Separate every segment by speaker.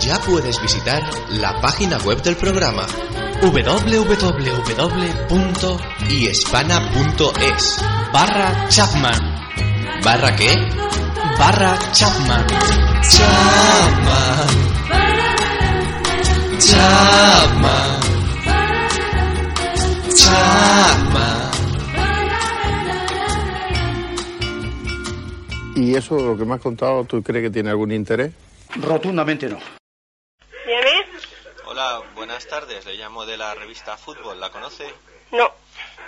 Speaker 1: Ya puedes visitar la página web del programa www.iespana.es barra Chapman. ¿Barra qué? Barra Chapman. Chapman. Chapman. Chapman.
Speaker 2: ¿Y eso, lo que me has contado, tú crees que tiene algún interés?
Speaker 3: Rotundamente no.
Speaker 4: ¿Quién
Speaker 5: Hola, buenas tardes. Le llamo de la revista Fútbol. ¿La conoce?
Speaker 4: No.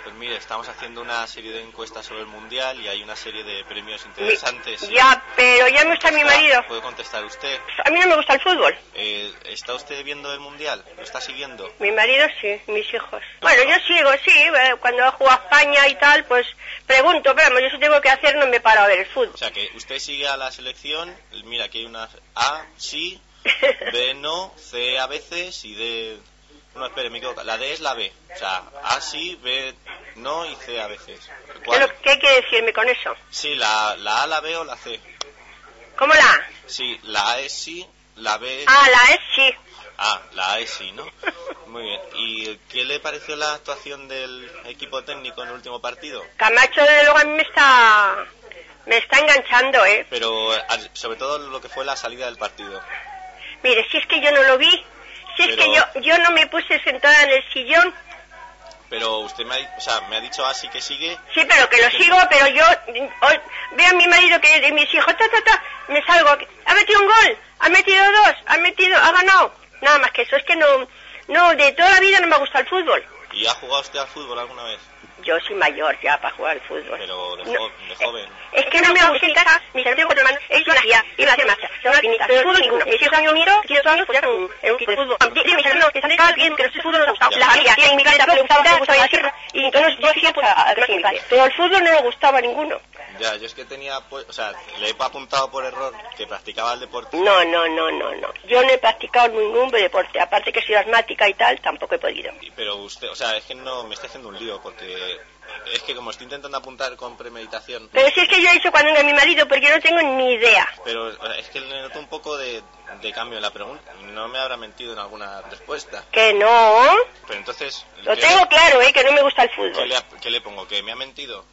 Speaker 5: Pues mire, estamos haciendo una serie de encuestas sobre el Mundial y hay una serie de premios interesantes. Ah,
Speaker 4: Ya, pero ya no está mi marido.
Speaker 5: ¿Puede contestar usted?
Speaker 4: A mí no me gusta el fútbol.
Speaker 5: Eh, ¿Está usted viendo el Mundial? ¿Lo está siguiendo?
Speaker 4: Mi marido sí, mis hijos. Bueno, yo sigo, sí. eh, Cuando juego a España y tal, pues pregunto, pero vamos, yo si tengo que hacer no me paro a ver el fútbol.
Speaker 5: O sea, que usted sigue a la selección. Mira, aquí hay una A, sí, B, no, C, a veces y D... No, espere, me equivoco. La D es la B. O sea, A sí, B no y C a veces.
Speaker 4: ¿Qué,
Speaker 5: ¿Cuál?
Speaker 4: lo- qué quiere decirme con eso?
Speaker 5: Sí, la, la A, la B o la C.
Speaker 4: ¿Cómo la A?
Speaker 5: Sí, la A es sí, la B es...
Speaker 4: Ah, la es sí.
Speaker 5: Ah, la A es sí, ¿no? Muy bien. ¿Y qué le pareció la actuación del equipo técnico en el último partido?
Speaker 4: Camacho, desde luego, a mí me está, me está enganchando, ¿eh?
Speaker 5: Pero eh, al- sobre todo lo que fue la salida del partido.
Speaker 4: Mire, si es que yo no lo vi, si es que
Speaker 5: Pero-
Speaker 4: yo, yo no me puse sentada en el sillón.
Speaker 5: Pero usted me ha, di- o sea, me ha dicho así que sigue.
Speaker 4: Sí, pero que lo sigo, pero yo mm, hoy veo a mi marido que de mis hijos, ta, ta, ta, me salgo, ha metido un gol, ha metido dos, ha metido, ha ganado. Nada más que eso, es que no, no, de toda la vida no me ha gustado el fútbol.
Speaker 5: ¿Y ha jugado usted al fútbol alguna vez?
Speaker 4: Yo soy mayor ya para jugar al fútbol.
Speaker 5: Pero de,
Speaker 4: No. eh,
Speaker 5: jo- de joven.
Speaker 4: Es que no me gusta ni ser de cuatro manos, es una guía, y una hace marcha, son una pinita, pero fútbol ninguno. Mis hijos han unido, y los años pues ya un en un equipo de fútbol. Digo, mis hermanos que están de bien, que no el fútbol no les ha gustado. La familia, tiene mi padre, le gustaba, le gustaba la tierra, y entonces yo decía pues a además que mi padre. Pero el fútbol no me gustaba ninguno.
Speaker 5: Ya, yo es que tenía, pues, o sea, le he apuntado por error que practicaba el deporte.
Speaker 4: No, no, no, no, no. Yo no he practicado ningún deporte, aparte que soy asmática y tal, tampoco he podido.
Speaker 5: Y- Pero usted, o sea, es que no me está haciendo un lío porque es que como estoy intentando apuntar con premeditación,
Speaker 4: Pero si es que yo he hecho cuando era mi marido, porque no tengo ni idea.
Speaker 5: Pero o sea, es que le noto un poco de, de cambio en la pregunta. No me habrá mentido en alguna respuesta.
Speaker 4: Que no,
Speaker 5: Pero entonces,
Speaker 4: lo
Speaker 5: ¿qué,
Speaker 4: tengo claro, ¿eh? Que no me gusta el
Speaker 5: qué
Speaker 4: fútbol.
Speaker 5: le, qué le pongo? ¿Que me ha mentido?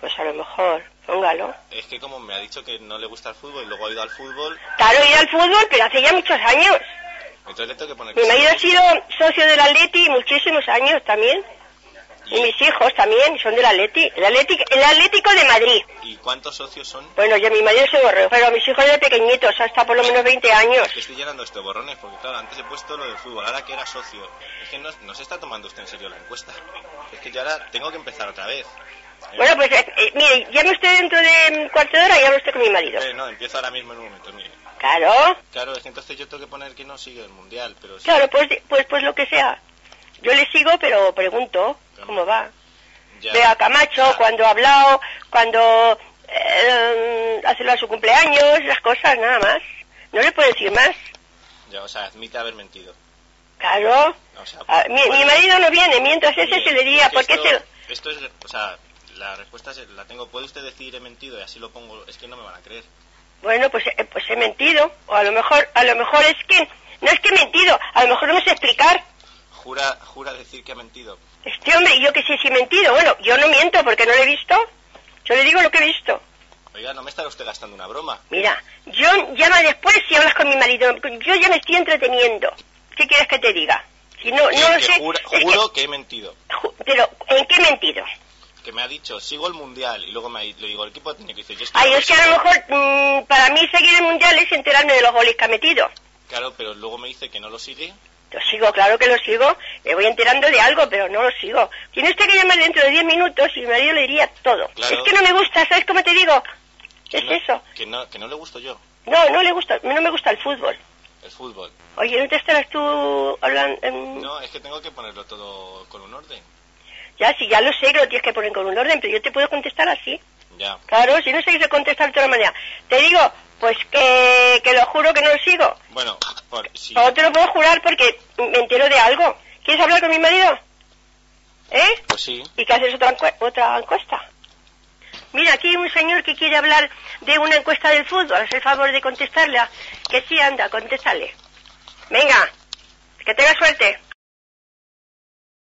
Speaker 4: Pues a lo mejor, póngalo.
Speaker 5: Es que como me ha dicho que no le gusta el fútbol y luego ha ido al fútbol,
Speaker 4: Claro, ir al fútbol, pero hace ya muchos años.
Speaker 5: entonces le tengo que poner... que
Speaker 4: Mi
Speaker 5: sí.
Speaker 4: marido ha sido socio del Atleti muchísimos años también. Y mis hijos también son del Atleti. El, Atleti- el Atlético de Madrid.
Speaker 5: ¿Y cuántos socios son?
Speaker 4: Bueno, yo mi marido se borró, pero mis hijos de pequeñitos, hasta por lo menos 20 años.
Speaker 5: Es que estoy llenando estos borrones porque claro, antes he puesto lo del fútbol, ahora que era socio. Es que no, no se está tomando usted en serio la encuesta. Es que yo ahora tengo que empezar otra vez.
Speaker 4: Bueno, pues eh, eh, mire, llame usted dentro de mm, cuarto de hora y hable usted con mi marido.
Speaker 5: Eh, no, empiezo ahora mismo en un momento, mire.
Speaker 4: Claro,
Speaker 5: Claro, es que entonces yo tengo que poner que no sigue el Mundial, pero... sí-
Speaker 4: claro, pues, di- pues, pues lo que sea. Yo le sigo, pero pregunto cómo va.
Speaker 5: ya-
Speaker 4: Veo a Camacho
Speaker 5: Ya.
Speaker 4: cuando ha hablado, cuando eh, hace lo de su cumpleaños, las cosas, nada más. No le puedo decir más.
Speaker 5: Ya, o sea, admite haber mentido.
Speaker 4: Claro.
Speaker 5: O sea,
Speaker 4: Ah, mi, mi
Speaker 5: bueno,
Speaker 4: marido no viene, mientras ese
Speaker 5: mire,
Speaker 4: se le diría,
Speaker 5: es que
Speaker 4: porque
Speaker 5: esto,
Speaker 4: ese...
Speaker 5: Esto es, o sea, la respuesta se- la tengo. ¿Puede usted decir he mentido? Y así lo pongo. Es que no me van a creer.
Speaker 4: Bueno, pues, eh, pues he mentido. O a lo mejor, a lo mejor es que... No es que he mentido, a lo mejor no me sé explicar.
Speaker 5: Jura, jura decir que ha mentido.
Speaker 4: Este hombre, yo que sé si he mentido. Bueno, yo no miento porque no lo he visto. Yo le digo lo que he visto.
Speaker 5: Oiga, no me estará usted gastando una broma.
Speaker 4: Mira, yo llama después si hablas con mi marido. Yo ya me estoy entreteniendo. ¿Qué quieres que te diga? Si no,
Speaker 5: Sí,
Speaker 4: no lo
Speaker 5: que
Speaker 4: sé.
Speaker 5: jura-
Speaker 4: es
Speaker 5: juro que he mentido.
Speaker 4: que- ju- pero, ¿en qué he mentido?
Speaker 5: Que me ha dicho, sigo el mundial. Y luego me ha, le digo, el equipo tiene que decir, yo es que
Speaker 4: Ay,
Speaker 5: no
Speaker 4: es que a lo
Speaker 5: sigo.
Speaker 4: mejor mm, para mí seguir el mundial es enterarme de los goles que ha metido.
Speaker 5: Claro, pero luego me dice que no lo sigue.
Speaker 4: Lo sigo, claro que lo sigo. Le voy enterando de algo, pero no lo sigo. Tiene usted que llamar dentro de 10 minutos y mi marido le diría todo.
Speaker 5: Claro.
Speaker 4: Es que no me gusta, ¿sabes cómo te digo?
Speaker 5: Que
Speaker 4: Es
Speaker 5: no-
Speaker 4: eso.
Speaker 5: Que no, que no le gusto yo.
Speaker 4: No, no le gusta, no me gusta el fútbol.
Speaker 5: el fútbol.
Speaker 4: Oye, ¿no te estarás tú hablando? em,
Speaker 5: No, es que tengo que ponerlo todo con un orden.
Speaker 4: Ya, sí, ya lo sé que lo tienes que poner con un orden, pero yo te puedo contestar así.
Speaker 5: Ya.
Speaker 4: Claro, si no sé qué contestar de otra manera. Te digo, pues que, que lo juro que no lo sigo.
Speaker 5: Bueno, por, si,
Speaker 4: O te lo puedo jurar porque me entero de algo. ¿Quieres hablar con mi marido? ¿Eh?
Speaker 5: pues sí.
Speaker 4: ¿Y que haces otra, encue- otra encuesta? Mira, aquí hay un señor que quiere hablar de una encuesta del fútbol. Haz el favor de contestarla. Que sí, anda, contéstale. Venga, que tenga suerte.